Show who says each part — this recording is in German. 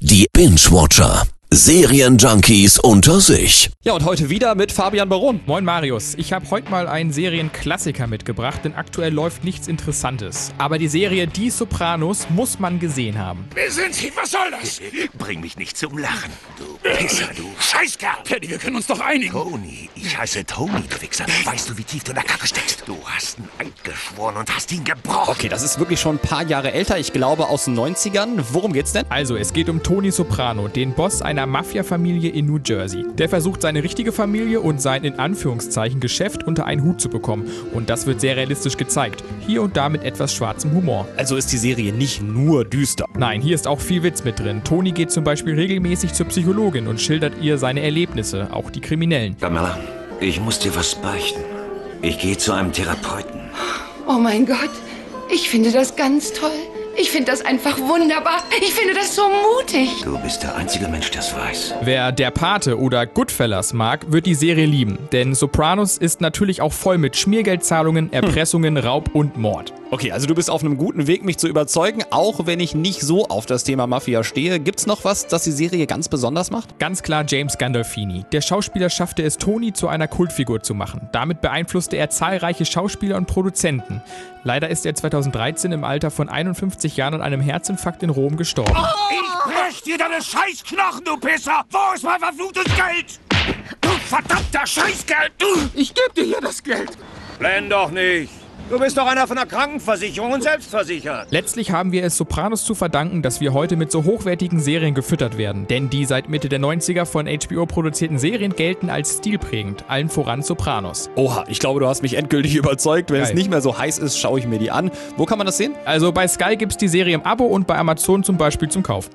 Speaker 1: Die Binge-Watcher. Serienjunkies unter sich.
Speaker 2: Ja, und heute wieder mit Fabian Baron.
Speaker 3: Moin Marius, ich habe heute mal einen Serienklassiker mitgebracht, denn aktuell läuft nichts Interessantes. Aber die Serie Die Sopranos muss man gesehen haben.
Speaker 4: Wer sind Sie? Was soll das?
Speaker 5: Bring mich nicht zum Lachen, du Pisser, du
Speaker 4: Scheißkerl! Teddy, wir können uns doch einigen.
Speaker 5: Tony. Ich heiße Tony, du Wichser. Weißt du, wie tief du in der Kacke steckst? Du hast einen Eid geschworen und hast ihn gebrochen.
Speaker 2: Okay, das ist wirklich schon ein paar Jahre älter, ich glaube aus den 90ern. Worum geht's denn?
Speaker 3: Also, es geht um Tony Soprano, den Boss einer Mafia-Familie in New Jersey. Der versucht, seine richtige Familie und sein in Anführungszeichen Geschäft unter einen Hut zu bekommen. Und das wird sehr realistisch gezeigt. Hier und da mit etwas schwarzem Humor.
Speaker 2: Also ist die Serie nicht nur düster.
Speaker 3: Nein, hier ist auch viel Witz mit drin. Tony geht zum Beispiel regelmäßig zur Psychologin und schildert ihr seine Erlebnisse, auch die kriminellen.
Speaker 5: Pamela, ich muss dir was beichten. Ich gehe zu einem Therapeuten.
Speaker 6: Oh mein Gott, ich finde das ganz toll. Ich finde das einfach wunderbar. Ich finde das so mutig.
Speaker 5: Du bist der einzige Mensch, der es weiß.
Speaker 3: Wer Der Pate oder Goodfellas mag, wird die Serie lieben. Denn Sopranos ist natürlich auch voll mit Schmiergeldzahlungen, Erpressungen, Raub und Mord.
Speaker 2: Hm. Okay, also du bist auf einem guten Weg, mich zu überzeugen, auch wenn ich nicht so auf das Thema Mafia stehe. Gibt's noch was, das die Serie ganz besonders macht?
Speaker 3: Ganz klar James Gandolfini. Der Schauspieler schaffte es, Tony zu einer Kultfigur zu machen. Damit beeinflusste er zahlreiche Schauspieler und Produzenten. Leider ist er 2013 im Alter von 51 Jahren an einem Herzinfarkt in Rom gestorben.
Speaker 4: Ich brech dir deine Scheißknochen, du Pisser! Wo ist mein verfluchtes Geld? Du verdammter Scheißkerl, du! Ich geb dir hier das Geld! Blend doch nicht! Du bist doch einer von der Krankenversicherung und selbstversichert.
Speaker 3: Letztlich haben wir es Sopranos zu verdanken, dass wir heute mit so hochwertigen Serien gefüttert werden. Denn die seit Mitte der 90er von HBO produzierten Serien gelten als stilprägend, allen voran Sopranos.
Speaker 2: Oha, ich glaube, du hast mich endgültig überzeugt. Wenn es
Speaker 3: Geil.
Speaker 2: nicht mehr so heiß ist, schaue ich mir die an. Wo kann man das sehen?
Speaker 3: Also bei Sky gibt's die Serie im Abo und bei Amazon zum Beispiel zum Kauf.